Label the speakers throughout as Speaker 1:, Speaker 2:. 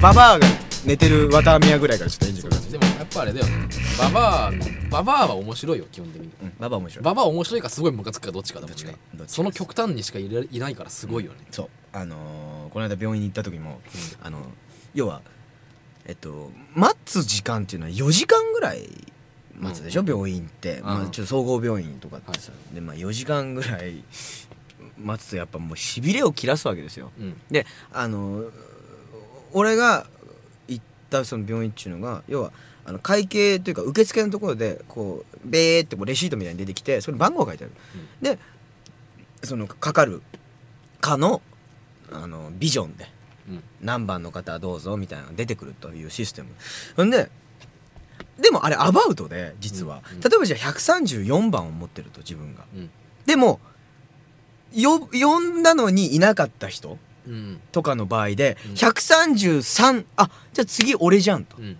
Speaker 1: ババアが寝てる綿宮ぐらいからちょっと演じてください
Speaker 2: でもやっぱあれだよねババアババアは面白いよ基本的に
Speaker 1: うんババア面白い
Speaker 2: ババア面白いかすごいムカつくかどっちかだも
Speaker 1: ど
Speaker 2: ん
Speaker 1: っちか
Speaker 2: ね
Speaker 1: どっちか
Speaker 2: その極端にしかいらいないからすごいよね
Speaker 1: そうあのーこの間病院に行った時も、あの要はえっと待つ時間っていうのは4時間ぐらい待つでしょ、病院って、まあ、ちょっと総合病院とかってさ、でまあ4時間ぐらい待つとやっぱもうしびれを切らすわけですよ
Speaker 2: うん
Speaker 1: であのー俺が行ったその病院っていうのが要はあの会計というか受付のところでこうベーってこうレシートみたいに出てきてそれに番号が書いてある、でそのかかるかのあのビジョンで
Speaker 2: うん
Speaker 1: 何番の方どうぞみたいなのが出てくるというシステムほんででもあれアバウトで実は、
Speaker 2: うんうん
Speaker 1: 例えばじゃあ134番を持ってると自分が
Speaker 2: うん
Speaker 1: でもよ呼んだのにいなかった人
Speaker 2: うん
Speaker 1: とかの場合で、
Speaker 2: うん
Speaker 1: 133あじゃあ次俺じゃんと
Speaker 2: うん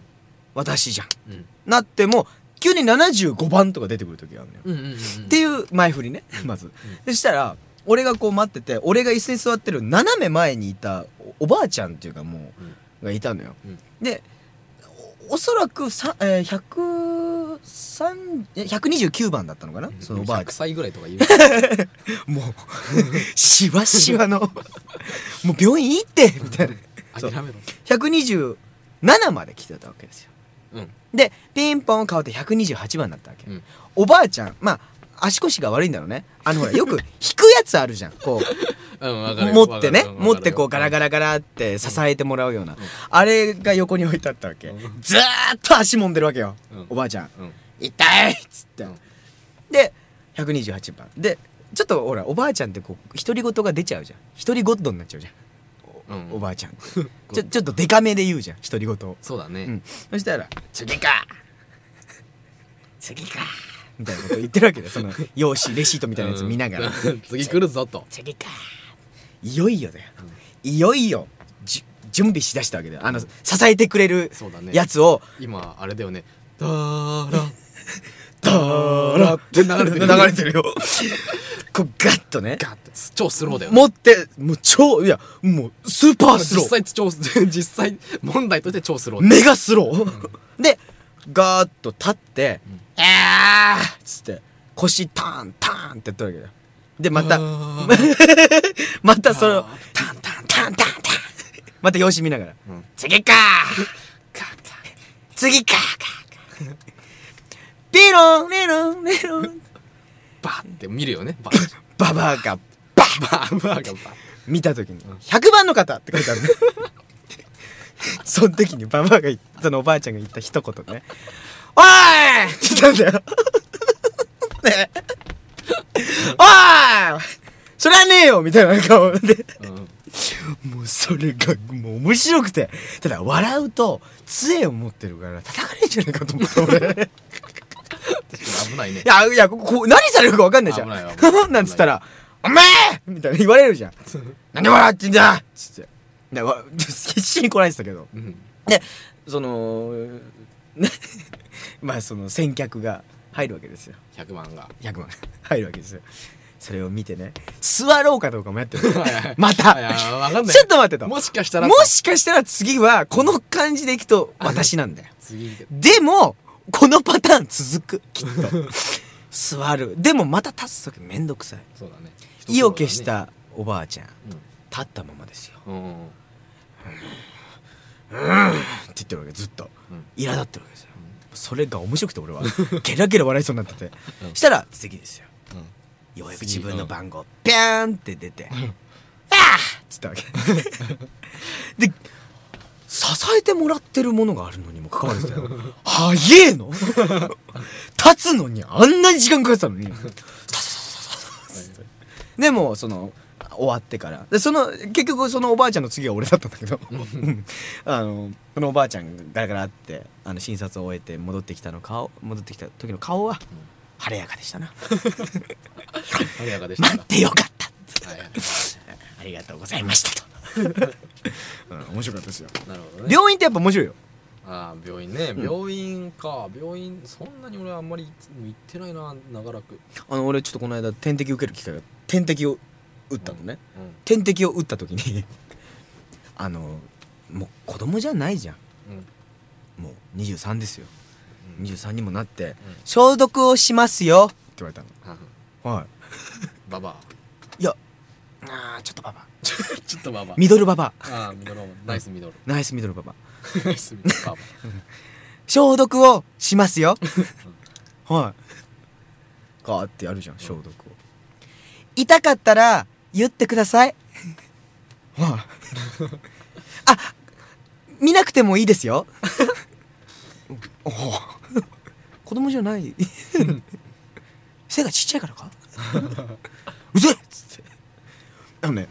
Speaker 1: 私じゃん
Speaker 2: うん
Speaker 1: なっても急に75番とか出てくる時があるのよ、
Speaker 2: うんうんうん
Speaker 1: っていう前振りねまず、そしたら俺がこう待ってて俺が椅子に座ってる斜め前にいたおおばあちゃんっていうかも
Speaker 2: うん
Speaker 1: うがいたのよ、
Speaker 2: うん
Speaker 1: でおおそらくさ、えー、103え129番だったのかな、そのおばあちゃん
Speaker 2: 100歳ぐらいとか言う
Speaker 1: もう しわしわのもう病院行ってみたいなそう
Speaker 2: 諦めろ
Speaker 1: 127まで来てたわけですよ
Speaker 2: うん
Speaker 1: でピンポンを買うと128番だったわけ、
Speaker 2: うん
Speaker 1: おばあちゃんまあ足腰が悪いんだろうねあのほらよく引くやつあるじゃんこう
Speaker 2: うんわかるよ
Speaker 1: 持ってね
Speaker 2: わかるよ
Speaker 1: 持ってこうガラ
Speaker 2: わか
Speaker 1: ガラガラって支えてもらうような、あれが横に置いてあったわけ、
Speaker 2: うん
Speaker 1: ずーっと足もんでるわけよ、
Speaker 2: うん
Speaker 1: おばあちゃん
Speaker 2: るよ
Speaker 1: 痛いっつって、
Speaker 2: うん
Speaker 1: で128番でちょっとほらおばあちゃんってこう独り言が出ちゃうじゃん独り言になっちゃうじゃん
Speaker 2: うんうん
Speaker 1: おばあちゃ んちょちょっとデカめで言うじゃん独り言を
Speaker 2: そうだね
Speaker 1: うん、そしたら
Speaker 2: 次か
Speaker 1: 次かみたいなこと言ってるわけでその用紙レシートみたいなやつ見ながら
Speaker 2: うん 次来るぞと
Speaker 1: 次かいよいよだよ、いよいよじゅ準備しだしたわけだよあの支えてくれる
Speaker 2: そうだね
Speaker 1: やつを
Speaker 2: 今あれだよねだーら
Speaker 1: ダーラって流れてる流れてるよこうガッとね
Speaker 2: ガッて超スローだよね
Speaker 1: 持ってもう超いやもうスーパースロ
Speaker 2: 実
Speaker 1: ー
Speaker 2: 際超 実際問題として超スロー
Speaker 1: メガスロー、でガーッと立って「えーっつって腰ターンターンってやってるわけだよでまた
Speaker 2: あ
Speaker 1: またそのターンターンターンターンターンまた様子見ながら「
Speaker 2: うん
Speaker 1: 次かー次かーかーピロンレロンレロン
Speaker 2: バーって見るよねバー
Speaker 1: ババアがバッ
Speaker 2: バーバーがバー
Speaker 1: 見た時に「100番の方」って書いてあるの その時にババアが言ったそのおばあちゃんが言った一言ね「おーい!」って言ったんだよ。ねえおーいそれはねえよみたいな顔で
Speaker 2: うん
Speaker 1: もうそれがもう面白くてただ笑うと杖を持ってるから叩かれるんじゃないかと思った俺い
Speaker 2: 確かに危ないね
Speaker 1: やいやここ何されるか分かんないじゃん
Speaker 2: 危ない危ない
Speaker 1: なんつったら「お前!」みたいな言われるじゃ ん「何笑ってんだ!」っつってでわ 必死にこらえてたけど
Speaker 2: うん
Speaker 1: でその ねまあその先客が入るわけですよ
Speaker 2: 100 万が
Speaker 1: 100万入るわけですよそれを見てね座ろうかどうかもや ってるま
Speaker 2: い
Speaker 1: た
Speaker 2: やわかんない
Speaker 1: ちょっと待ってと
Speaker 2: もしかしたら
Speaker 1: もしかしたら次はこの感じでいくと私なんだよ
Speaker 2: 次
Speaker 1: でもこのパターン 続くきっと座るでもまた立つ時めんどくさい
Speaker 2: そうだね
Speaker 1: 意を消したおばあちゃん立ったままですよ
Speaker 2: うんうん
Speaker 1: って言ってるわけずっと
Speaker 2: うん
Speaker 1: 苛立ってるわけですよそれが面白くて俺はゲラゲラ笑いそうになってて
Speaker 2: うん
Speaker 1: したら次ですよ
Speaker 2: うん
Speaker 1: ようやく
Speaker 2: 次
Speaker 1: 自分の番号ピャーンって出て「ああ!」っつったわけで支えてもらってるものがあるのにもかかわらずだよ早えの立つのにあんなに時間かかってたのにでもその終わってからでその結局そのおばあちゃんの次は俺だったんだけどうんあのこのおばあちゃんがガラガラってあの診察を終えて戻ってきたの顔戻ってきた時の顔は晴れやかでしたな
Speaker 2: 晴れやかでし
Speaker 1: 待
Speaker 2: た
Speaker 1: ってよかった
Speaker 2: はいはい
Speaker 1: ありがとうございましたと、うん、 面白かったですよ
Speaker 2: なるほどね
Speaker 1: 病院ってやっぱ面白いよ
Speaker 2: ああ病院ね
Speaker 1: ん
Speaker 2: 病院か病院そんなに俺あんまり行ってないな長らく
Speaker 1: あの俺ちょっとこの間点滴受ける機会が点滴を打ったのね、
Speaker 2: うん
Speaker 1: 点滴を打った時に あのもう子供じゃないじゃん
Speaker 2: うんうん
Speaker 1: もう23ですよ
Speaker 2: うん
Speaker 1: 23にもなって
Speaker 2: うん
Speaker 1: 「消毒をしますよ」って言われた
Speaker 2: はは
Speaker 1: のは
Speaker 2: ババア
Speaker 1: いいやあーちょっとババ
Speaker 2: ちょちょっとババア
Speaker 1: ミドルババ
Speaker 2: ああミドルナイスミドル
Speaker 1: ナイスミドルババ
Speaker 2: ナイスミドルババ
Speaker 1: 消毒をしますよはいガーってやるじゃん消毒を、痛かったら言ってくださいはいあ見なくてもいいですよおお子供じゃない背がちっちゃいから かうぜっつってあのね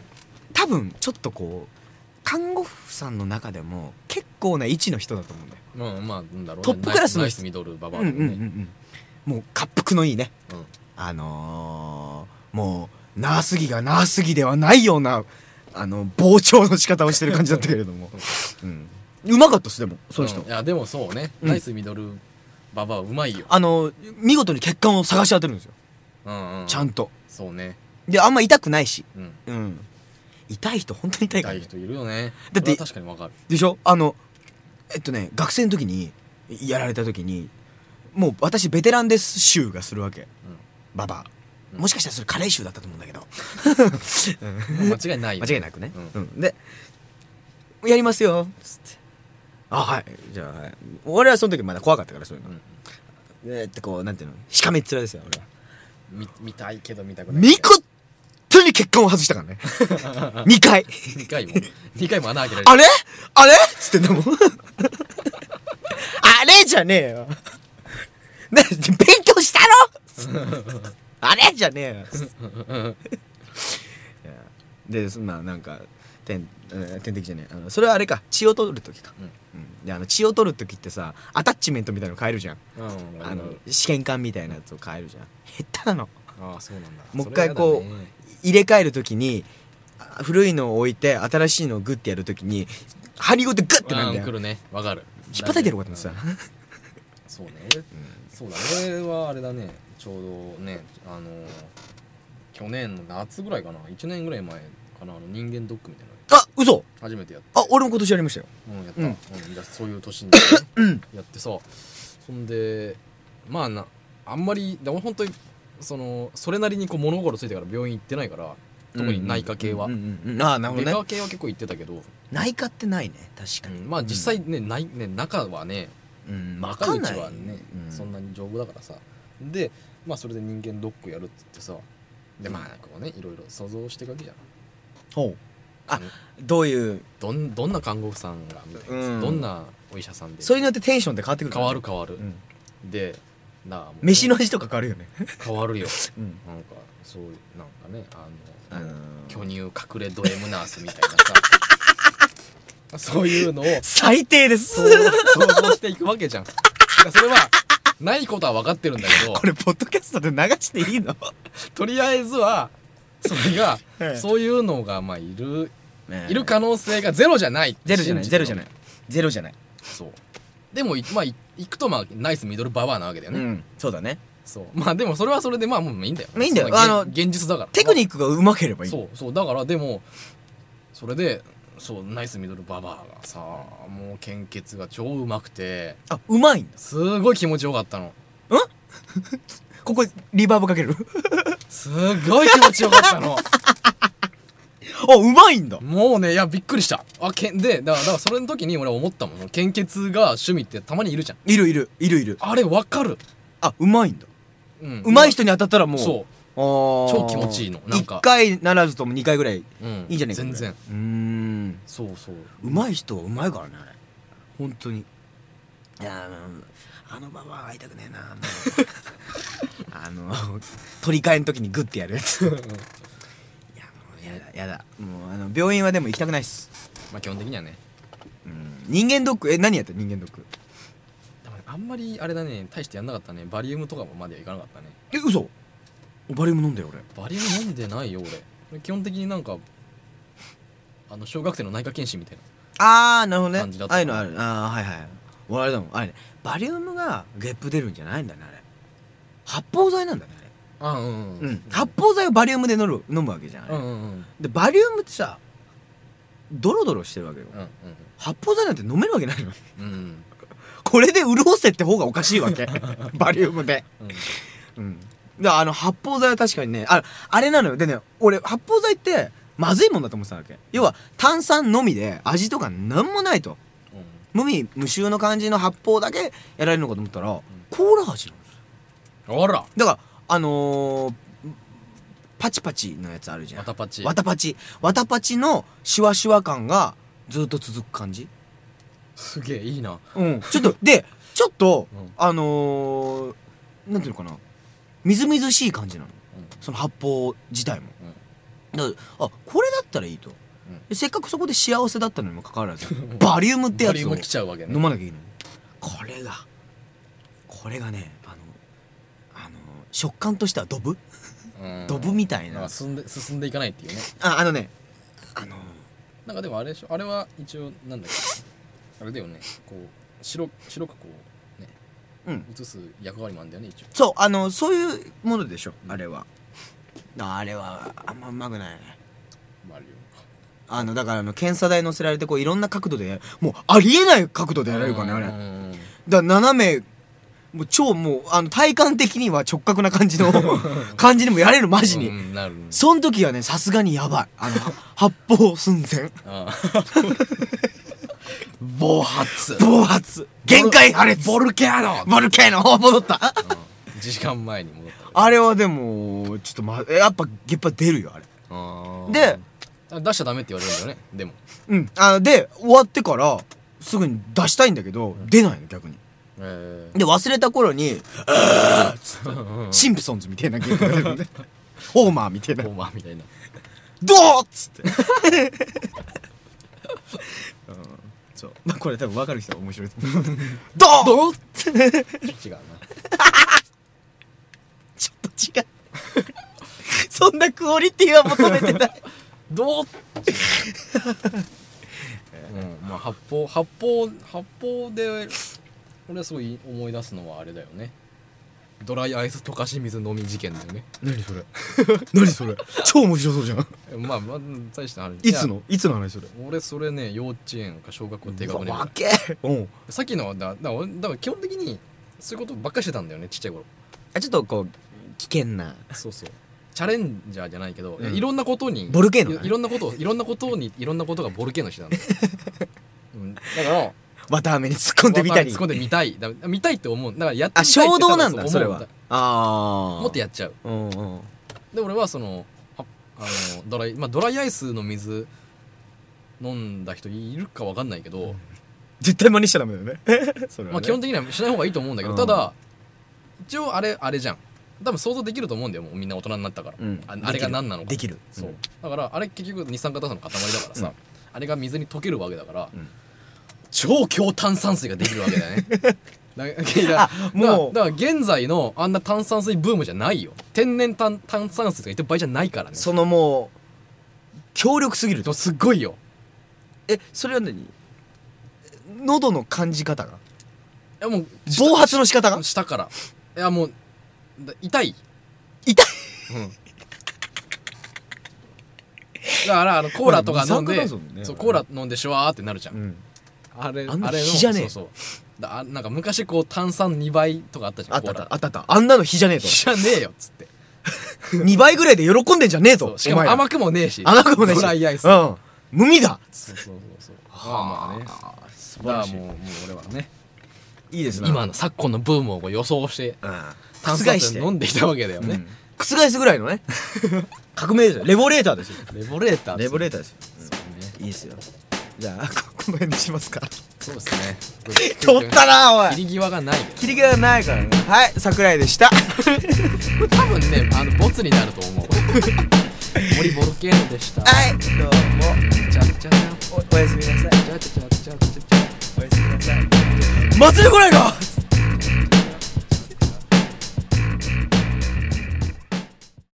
Speaker 1: 多分ちょっとこう看護婦さんの中でも結構な位置の人だと思うんだよ
Speaker 2: アうんまあなんだろうね
Speaker 1: トップクラスの人
Speaker 2: ナイスミドルババア
Speaker 1: うん
Speaker 2: だ
Speaker 1: う
Speaker 2: よ
Speaker 1: んうん
Speaker 2: ね
Speaker 1: うんもう恰幅のいいね
Speaker 2: うん
Speaker 1: あのー、もうナース着がナース着ではないようなあの膨張の仕方をしてる感じだったけれども、 うん、うまかったっすでもその人、
Speaker 2: うんいやでもそうね
Speaker 1: うん
Speaker 2: ナイスミドルババアうまいよ
Speaker 1: あの見事に血管を探し当てるんですよ、
Speaker 2: うんうん
Speaker 1: ちゃんと
Speaker 2: そうね
Speaker 1: であんま痛くないし、
Speaker 2: うん
Speaker 1: うん、痛い人本当に痛いから、
Speaker 2: 痛
Speaker 1: ね
Speaker 2: い、人いるよね
Speaker 1: だって
Speaker 2: それは確かにわかる
Speaker 1: でしょあのえっとね学生の時にやられた時にもう私ベテランです臭がするわけババア
Speaker 2: うん
Speaker 1: もしかしたらそれカレー臭だったと思うんだけど、 うん
Speaker 2: うんもう間違いないよ
Speaker 1: 間違いなくね、
Speaker 2: う
Speaker 1: うんで「やりますよ」つって「あはいじゃあ、はい、俺はその時まだ怖かったからそういうの、えーってこうなんていうのしかめっ面ですよ俺は
Speaker 2: うんみ見たいけど見たくない
Speaker 1: 見事に血管を外したからね 2回
Speaker 2: 2 回も2回も穴開けられる
Speaker 1: あれあれっつってんだもんあれじゃねえよな勉強したろあれじゃねえよいやでそんななんか点えー点滴じゃねえあのそれはあれか血を取る時か、
Speaker 2: うん
Speaker 1: うんであの血を取る時ってさアタッチメントみたいなの変えるじゃん、
Speaker 2: うん
Speaker 1: あの試験管みたいなやつを変えるじゃん下手なの
Speaker 2: ああそうなんだ
Speaker 1: もう一回こう
Speaker 2: それやだね
Speaker 1: 入れ替える時にあ古いのを置いて新しいのをグッてやる時に針ごとグッてなんだ
Speaker 2: あー
Speaker 1: よ
Speaker 2: 来
Speaker 1: 引っ
Speaker 2: るねわかる
Speaker 1: 張たいてることにさ、
Speaker 2: そうね俺そうだ俺はあれだねちょうどねあのー去年の夏ぐらいかな1年ぐらい前かなあの人間ドックみたいなの
Speaker 1: あ嘘
Speaker 2: 初めてやっ
Speaker 1: あ俺も今年やりましたよ
Speaker 2: うんやった、
Speaker 1: う
Speaker 2: うんんだそういう年にね、やってさそんでまあなあんまりでも本当にそのそれなりにこう物心ついてから病院行ってないから特に内科系は、
Speaker 1: うんうんうんああなるほ
Speaker 2: 外
Speaker 1: どね
Speaker 2: 科系は結構行ってたけど、
Speaker 1: 内科ってないね確かに、
Speaker 2: まあ実際ね,、ないね中はね
Speaker 1: うん
Speaker 2: ま
Speaker 1: わ
Speaker 2: か
Speaker 1: か
Speaker 2: うん
Speaker 1: ない
Speaker 2: ちはね、
Speaker 1: うん
Speaker 2: そんなに丈夫だからさでまあそれで人間ドックやるっつってさでまあこうねいろいろ想像していくわけじゃん
Speaker 1: ほうあどういう
Speaker 2: どんどんな看護婦さんがみたいな、
Speaker 1: うん
Speaker 2: どんなお医者さんで
Speaker 1: それによってテンションって変わってくる
Speaker 2: 変わる変わる、
Speaker 1: うん
Speaker 2: でなあもう
Speaker 1: 飯の味とか変わるよね
Speaker 2: 変わるよ
Speaker 1: うん
Speaker 2: なんかそういうなんかねあ
Speaker 1: あ
Speaker 2: の、
Speaker 1: の
Speaker 2: 巨乳隠れド M ナースみたい なさそういうのを
Speaker 1: 最低です
Speaker 2: 想像想像していくわけじゃん。だからそれはないことは分かってるんだけど
Speaker 1: これポッドキャストで流していいの
Speaker 2: とりあえずはそれ が、
Speaker 1: はい
Speaker 2: そういうのがまあいるいる可能性がゼロじゃない
Speaker 1: ゼロじゃないゼロじゃないいゼロじゃない
Speaker 2: そうでもいまあい行くとまあナイスミドルババアなわけだよ
Speaker 1: う
Speaker 2: ね、
Speaker 1: んそうだね
Speaker 2: そうまあでもそれはそれでまあもういいんだよ
Speaker 1: まあいいんだよ
Speaker 2: そな
Speaker 1: あの
Speaker 2: 現現実だから
Speaker 1: テクニックがうまければいい
Speaker 2: そうそうだからでもそれでそうナイスミドルババアがさもう献血が超うまくて
Speaker 1: あうまいんだ
Speaker 2: すごい気持ちよかったの
Speaker 1: ここリバーブかける
Speaker 2: すごい気持ちよかったの
Speaker 1: あうまいんだ
Speaker 2: もうねいやびっくりしたあけんでだからだからそれの時に俺思ったもん献血が趣味ってたまにいるじゃん
Speaker 1: いるいるいるいる
Speaker 2: あれわかる
Speaker 1: あうまいんだ
Speaker 2: うん
Speaker 1: うまい人に当たったらもう
Speaker 2: そ
Speaker 1: あー
Speaker 2: 超気持ちいいのなんか、
Speaker 1: 一回ならずとも二回ぐらいう
Speaker 2: うん、
Speaker 1: いいんじゃないか
Speaker 2: 全然
Speaker 1: これうーん
Speaker 2: そうそう
Speaker 1: うまい人はうまいからねあれ本当にいやあのあのババア会いたくねえな あのあの取り替えの時にグッてやるやついやもうやだやだもうあの病院はでも行きたくないっす、
Speaker 2: まあ基本的にはね
Speaker 1: うん、人間ドックえ何やった人間ドック
Speaker 2: でもねあんまりあれだね大してやんなかったねバリウムとかもまではいかなかったね
Speaker 1: え嘘おバリウム飲んだよ俺
Speaker 2: バリウム飲んでないよ俺基本的になんかあの小学生の内科検診みたいな
Speaker 1: ああなるほどね
Speaker 2: 感じだった
Speaker 1: ああいうのあるああはいはい俺あれだもんあれねバリウムがゲップ出るんじゃないんだねあれ発泡剤なんだねあれ
Speaker 2: あうん
Speaker 1: うん、発泡剤をバリウムで飲む飲むわけじゃんあれ、
Speaker 2: うんうんうん
Speaker 1: でバリウムってさドロドロしてるわけよ、
Speaker 2: うん
Speaker 1: 八方剤なんて飲めるわけないの
Speaker 2: うんうん
Speaker 1: これで潤せって方がおかしいわ けバリウムで
Speaker 2: うん
Speaker 1: うんだからあの八方剤は確かにねああれなのよでね俺八方剤ってまずいもんだと思ってたわけ要は炭酸のみで味とかなんもないと無味無臭の感じの発泡だけやられるのかと思ったら、コーラ味なんですよ
Speaker 2: うんあら
Speaker 1: だからあのーパチパチのやつあるじゃ
Speaker 2: ワ
Speaker 1: ん
Speaker 2: タパチ
Speaker 1: わたパチわたパチのシュワシュワ感がずっと続く感じ
Speaker 2: すげえいいな
Speaker 1: うんちょっとでちょっと、
Speaker 2: うん
Speaker 1: あのーなんていうのかなみずみずしい感じなのその発泡自体も、だからあこれだったらいいと、
Speaker 2: うん
Speaker 1: でせっかくそこで幸せだったのにもかかわ らずバリウムってや
Speaker 2: バリ
Speaker 1: つ
Speaker 2: ウ
Speaker 1: を
Speaker 2: ム来ちゃうわけね
Speaker 1: 飲まなきゃいいのこれがこれがねあのあの食感としてはドブ
Speaker 2: うん
Speaker 1: ドブみたいな
Speaker 2: なんか進んで進んでいかないっていうね
Speaker 1: ああのねあの
Speaker 2: なんかでもあれでしょあれは一応なんだっけあれだよねこう白白くこうね
Speaker 1: うん
Speaker 2: 映す役割もあるんだよね一応
Speaker 1: そうあのそういうものでしょ
Speaker 2: うん
Speaker 1: あれはああれはあんまうまくないね
Speaker 2: バリウム
Speaker 1: あのだからあの検査台乗せられてこういろんな角度でやるもうありえない角度でやられるからねあれ
Speaker 2: う
Speaker 1: だか
Speaker 2: んうんうん
Speaker 1: ら斜めもう超もうあの体感的には直角な感じ の感じにもやれるマジに、
Speaker 2: うんなるね
Speaker 1: そん時はねさすがにやばい あの発砲寸前
Speaker 2: ああ 暴発
Speaker 1: 暴発限界破裂
Speaker 2: ボルケーノ
Speaker 1: ボルケーノ戻った
Speaker 2: うん時間前に戻ったね
Speaker 1: あれはでもちょっとまやっぱやっぱ出るよあれ
Speaker 2: あー
Speaker 1: で
Speaker 2: あ出しちゃダメって言われるんだよねでも
Speaker 1: うんあので終わってからすぐに出したいんだけど出ないの逆に
Speaker 2: え
Speaker 1: で忘れた頃に「あーっつって
Speaker 2: ー
Speaker 1: シンプソンズみたいなゲームが出るんで ホーマーみたいな
Speaker 2: ホーマーみたいな
Speaker 1: 「ドーッ!」っつって うんそうまあこれ多分分かる人は面白いと思 うドードーって
Speaker 2: 違うな
Speaker 1: ちょっと違う そんなクオリティは求めてない
Speaker 2: どううんまあ発砲発砲発砲で俺はすごい思い出すのはあれだよねドライアイス溶かし水飲み事件だよね
Speaker 1: 何 それ何それ超面白そうじゃん
Speaker 2: まあまあ大した話
Speaker 1: いつのいつの話それ
Speaker 2: や俺それね幼稚園か小学校低学年ぐらい
Speaker 1: わけうん
Speaker 2: さっきのはだだから俺だから基本的にそういうことばっかりしてたんだよねちっちゃい頃
Speaker 1: あちょっとこう危険な
Speaker 2: そうそうチャレンジャーじゃないけど、
Speaker 1: うん
Speaker 2: いろんなことに
Speaker 1: ボルケーノだね
Speaker 2: いいろんなことをいろんなことにいろんなことがボルケーノしてたんだ よ、うん、だから
Speaker 1: 綿あめに突っ込んでみたり
Speaker 2: 突っ込んでみたいだ見たいって思うだからやって
Speaker 1: あ
Speaker 2: みたいって
Speaker 1: 衝動なん
Speaker 2: 多
Speaker 1: だ
Speaker 2: 分
Speaker 1: それ
Speaker 2: 思う
Speaker 1: は
Speaker 2: んだ
Speaker 1: ああ
Speaker 2: もっとやっちゃう
Speaker 1: うんうん
Speaker 2: で俺はそのはあのドライ、まあ、ドライアイスの水飲んだ人いるかわかんないけど、
Speaker 1: 絶対真似しちゃダメだよね それはね
Speaker 2: まあ、基本的にはしない方がいいと思うんだけど、
Speaker 1: うん
Speaker 2: ただ一応あれあれじゃん多分想像できると思うんだよもうみんな大人になったから、
Speaker 1: うん
Speaker 2: あ
Speaker 1: できる
Speaker 2: あれが何なのか
Speaker 1: できる
Speaker 2: そ
Speaker 1: う
Speaker 2: う
Speaker 1: ん
Speaker 2: だからあれ結局二酸化炭素の塊だからさ、
Speaker 1: うん
Speaker 2: あれが水に溶けるわけだから、
Speaker 1: うん
Speaker 2: 超強炭酸水ができるわけだよね だ
Speaker 1: あもう
Speaker 2: だからだから現在のあんな炭酸水ブームじゃないよ天然炭炭酸水とか言ってる場合じゃないからね
Speaker 1: そのもう強力すぎる
Speaker 2: でもすっごいよ
Speaker 1: えそれは何喉の感じ方が
Speaker 2: いやもう
Speaker 1: 暴発の仕方が
Speaker 2: 下からいやもうだ痛い
Speaker 1: 痛い
Speaker 2: うんだからあのコーラとか飲ん
Speaker 1: まあ二酸化
Speaker 2: で、
Speaker 1: 炭素もね
Speaker 2: そうコーラ飲んでシュワーってなるじゃん、
Speaker 1: うん
Speaker 2: あれ
Speaker 1: あんな
Speaker 2: あれの
Speaker 1: 火じゃねえ
Speaker 2: そうそうだあなんか昔こう炭酸2倍とかあったじゃん
Speaker 1: あったあっ
Speaker 2: コー
Speaker 1: た
Speaker 2: ラ
Speaker 1: あったあったあんなの火じゃ ねえと
Speaker 2: 火じゃねえよっつって
Speaker 1: 2倍ぐらいで喜んでんじゃねえ
Speaker 2: そ
Speaker 1: と
Speaker 2: うしかも
Speaker 1: お前ら
Speaker 2: 甘くもねえし
Speaker 1: 甘くもねえし
Speaker 2: ドライアイス、
Speaker 1: うん無味だ
Speaker 2: そうそうそうそうまあまあね
Speaker 1: 素
Speaker 2: だからもうもう俺はね
Speaker 1: いいですね
Speaker 2: 今の昨今のブームをこう予想して
Speaker 1: 覆
Speaker 2: 炭酸
Speaker 1: して
Speaker 2: 水飲んできたわけだよね、
Speaker 1: 覆すぐらいのね革命ですよレボレーターですよ
Speaker 2: レボレーターっつって
Speaker 1: レボレーターですよ
Speaker 2: そうね
Speaker 1: いいですよじゃあここの辺にしますか
Speaker 2: そうですね
Speaker 1: 取ったなお
Speaker 2: 切
Speaker 1: い
Speaker 2: り際がない
Speaker 1: 切りがないからねはい桜井でした
Speaker 2: これ多分ねあのボツになると思う森ボルケーノでした
Speaker 1: はいどう
Speaker 2: ちゃちゃちゃちゃ
Speaker 1: もおおやすみなさい
Speaker 2: ちゃちゃちゃちゃちゃ
Speaker 1: おやすみなさい祭り来ないか